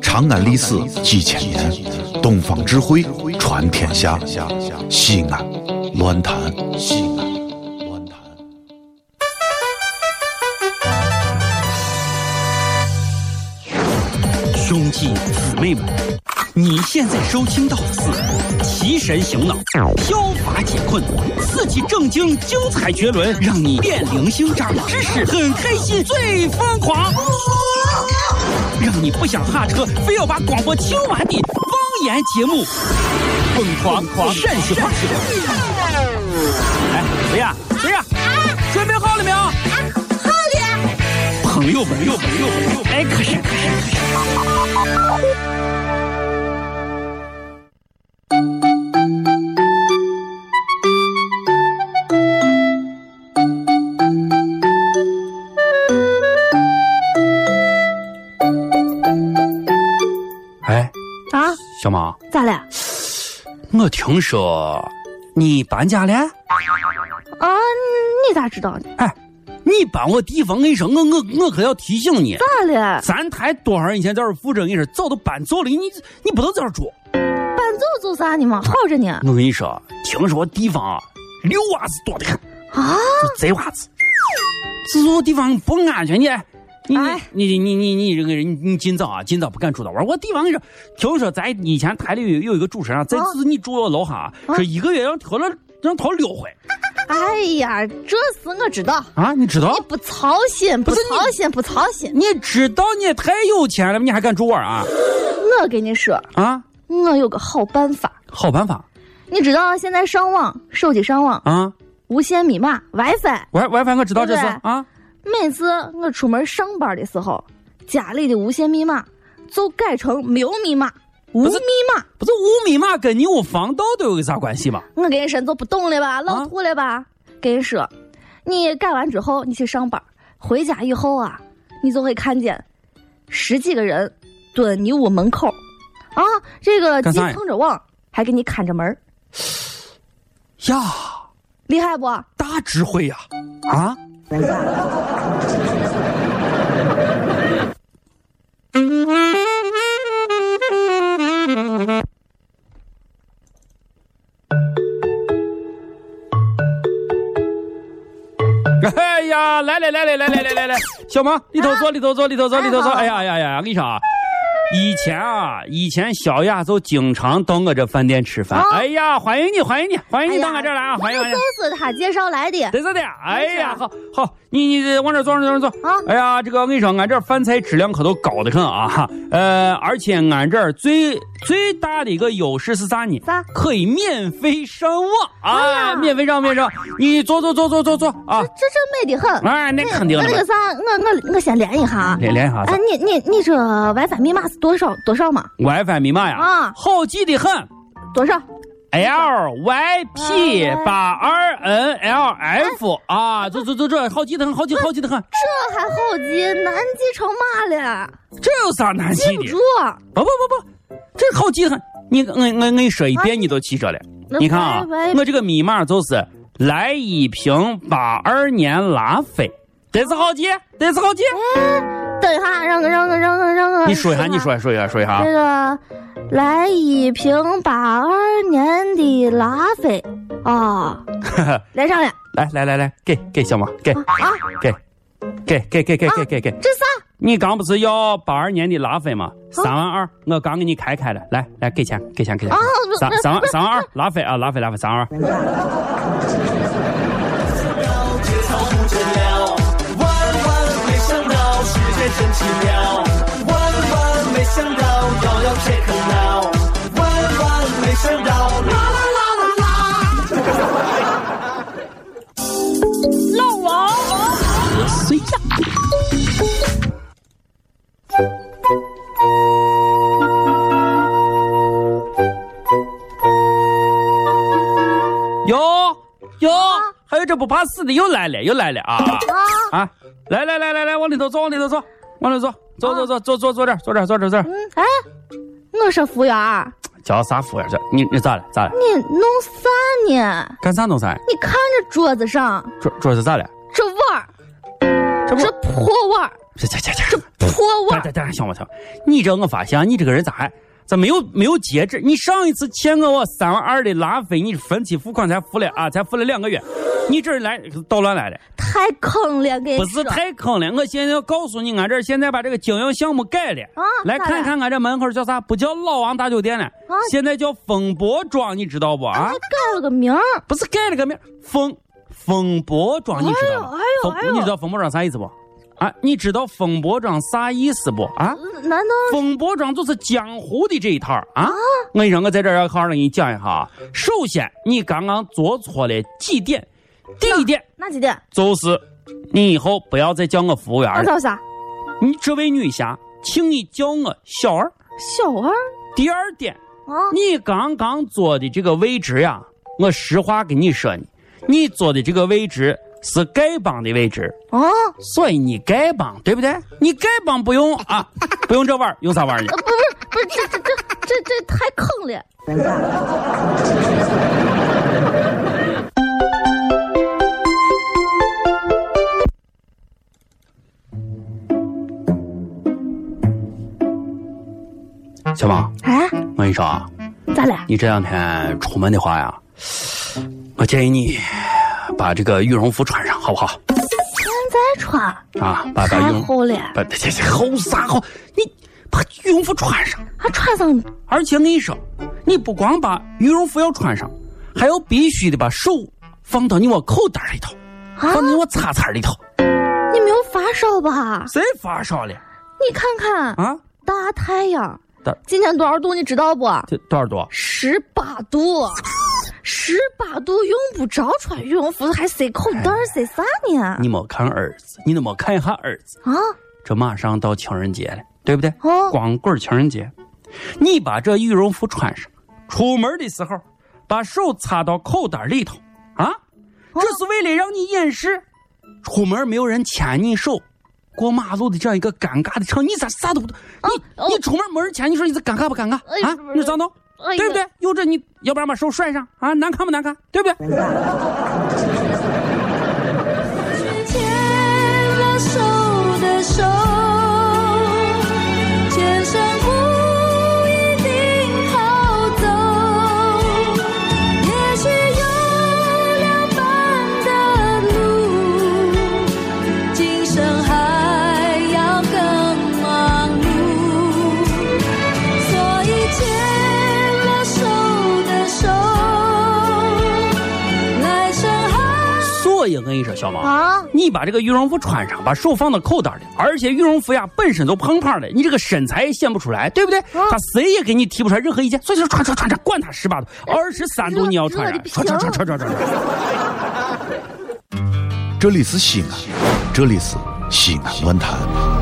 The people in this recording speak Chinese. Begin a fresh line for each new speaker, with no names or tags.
长安历史几千年，东方智慧传天下。西安，乱谈西安，乱谈。
兄弟姊妹们，你现在收听到的是提神醒脑、消乏解困、刺激正经、精彩绝伦，让你变零星长知识，很开心，最疯狂。让你不想下车，非要把广播听完的方言节目，疯狂陕西话。哎，谁呀？谁呀？准备好了没有？
好了，
朋友们，朋友们，朋友们，哎，可是可是可是，哎，
啊，
小马，
咋了？
我听说你搬家了？
啊，你咋知道的？
哎，你搬我地方，我跟你说，我我我可要提醒你。
咋了？
咱台多少人以前在这儿住着，我跟你说，早都搬走了。你你不能在这儿住。
搬走走啥呢嘛？好着呢。
我跟你说，听说地方啊，遛娃子多的很，
啊，
就贼娃子。这种地方不安全的。你
哎
你你你你这个人，你今早啊，今早不敢住到玩。我地方跟你说，听说咱以前台里有有一个主持人啊，在自你住我楼下啊，
啊
说一个月让头了让头六回
哎呀，这事我知道。
啊，你知道？
你不操心，不
是你
操心，不操心。
你知道你也太有钱了，你还敢住玩啊？
我跟你说，
啊，
我有个好办法。
好办法
你知道现在上网，手机上网，
啊
无线密码 WiFi。
！Wi WiFi 我知道这是
对不
啊，
每次我出门上班的时候，家里的无线密码就改成没有密码，无
不
密
是
码。
不是五米码跟你有防盗都有个啥关系吧？
我跟你说，你就不懂了
啊
吧，老土了吧？跟你说，你改完之后，你去上班，回家以后啊，你就会看见十几个人蹲你屋门口，啊，这个
干
既
啥呀
蹭着网，还给你看着门儿，
呀，
厉害不？
大智慧呀！啊，哎呀，来来来来来来来来来，小毛里头坐，里头坐，里头坐，里头坐。
哎好
哎呀呀呀！我跟你说啊，以前啊，以前小雅就经常到我这饭店吃饭。
哦
哎呀，欢迎你，欢迎你，欢迎
哎
你
呀
到我这儿来啊！欢迎欢迎。
都是他介绍来的。
对对对，哎呀，
没
好好，你你这往这儿坐，往这儿坐。
啊
哎呀，这个我跟你说，俺这儿饭菜质量可都高的很啊！呃，而且俺这儿最最大的一个优势是啥呢？
啥
可以免费上网啊！
哎呀
免费上，免费上，你坐坐坐坐坐坐啊！
这这美的很。
哎，那肯定
那
的
那
嘛
个，啥，我我我先连一下啊。
连连啥子
哎，你你你这 WiFi 密码是多少多少嘛？
？WiFi 密码呀
啊，
好记得很。
多少？
L Y P
啊哎
八二 N L F 啊，这这这这好记得很，好记好记得很，
这还好记，难记成嘛了？
这有啥难记
记
的
不？住。
不不不不，这好记很。你我我我跟你说一遍，你都记着了。
哎那
你看啊
拜，拜
我这个密码就是来一瓶八二年拉菲，得是好记，得是好记。
嗯等一下，让我让我让我让我。
你说一下，你。说一下，说一下，说一下啊
这。个来一瓶八二年的拉菲 啊，来上了
来来来来，给给小马，给
啊！
给给给给给给给给。
这啥？
你刚不是要八二年的拉菲
啊
吗？三万二，我刚给你开开了。来来，给钱，给钱，给钱
啊。不
三
不
三万三万二，拉菲啊，拉菲拉菲三万二。
万万没想到，世界真奇妙。万万没想到，摇摇 check now。万万没想到，啦啦啦啦啦。
哟哟，还有这不怕死的又来了，又来了啊！
啊，
啊，来来来来来，往里头坐，往里头坐，往里头坐，坐坐坐坐坐坐这儿，坐这儿，坐这儿，坐这儿。
嗯，哎，我说服务员儿，
叫啥服务员去？你你咋了？咋了？
你弄啥呢？
干啥弄啥呀？
你看这桌子上
桌桌子咋了？
这碗儿，
这不
这破碗儿，
这这这这
泼味
等
儿
等等，小马头，你这个发型，你这个人咋还咋没有没有节制？你上一次欠个我三万二的拉菲，你分期付款才付了啊，才付了两个月，你这是来捣乱来了？
太坑了，给你
不是
说
太坑了，我现在要告诉你，俺这现在把这个经营项目改了。
啊
来
咋
看
了啊
看俺这门口叫啥？不叫老王大酒店了，现在叫风波庄，你知道不啊
还？改了个名儿，
不是改了个名，风风波庄，你知道吗？
哎呦哎呦
风
哎呦
你知道风波庄啥意思不？啊，你知道风波庄啥意思不？啊？
难道
风波庄就是江湖的这一套儿啊！我跟你说，我在这儿要好好地给你讲一下啊。首先，你刚刚做错了几点？第一点
那几点？啊
就是，你以后不要再叫我服务员
那
了。
叫啥？
你这位女侠，请你叫我小二。
小二
第二点，
啊，
你刚刚坐的这个位置呀，我实话跟你说你，你坐的这个位置是丐帮的位置，
啊，
所以你丐帮对不对？你丐帮不用 啊，不用这玩儿，用啥玩儿呢？
不是不是，这这这这这太坑了。
小王，
哎，
我跟你说啊。
咋了？
你这两天出门的话呀，我建议你把这个羽绒服穿上，好不好？
现在穿
啊，把把羽
太
绒，
厚了，
把 这这厚啥厚？你把羽绒服穿上，
还穿上
而且我跟你说，你不光把羽绒服要穿上，还要必须得把手放到你我口袋里头，放？
啊
到你我叉叉里头。
你没有发烧吧？
谁发烧了
你看看，
啊？
大太阳
大，
今天多少度？你知道不？
这多少度？
十八度，十八度用不着穿羽绒服，还塞口
哎
袋儿塞啥呢？
你没看儿子，你怎么看一下儿子？
啊，
这马上到情人节了，对不对？
哦
光棍情人节，你把这羽绒服穿上，出门的时候把手插到口袋里头啊，这
哦
是为了让你掩饰出门没有人牵你手。过马路的这样一个尴尬的场景，你咋啥都不懂？你、
哦
你出门没人牵你手，你这尴尬不尴尬、
哎呦
啊？你咋弄？
哎呀
对不对？有这你要不然把手甩上啊，难看不难看？对不对？
牵了手的手，前生不一定好走，也许有两半的路，今生还要更忙碌。所以牵了手的手，来生还。
所以我跟你说，小王
啊
你把这个羽绒服穿上，把手放到口袋里，而且羽绒服呀本身就胖胖的，你这个身材也显不出来，对不对？
啊
他谁也给你提不出来任何意见，所以说穿穿穿穿，管他十八度、二十三度，
热
你要穿上
热，得
穿穿
不行
穿穿穿穿穿。
这里是西安，这里是西安论坛。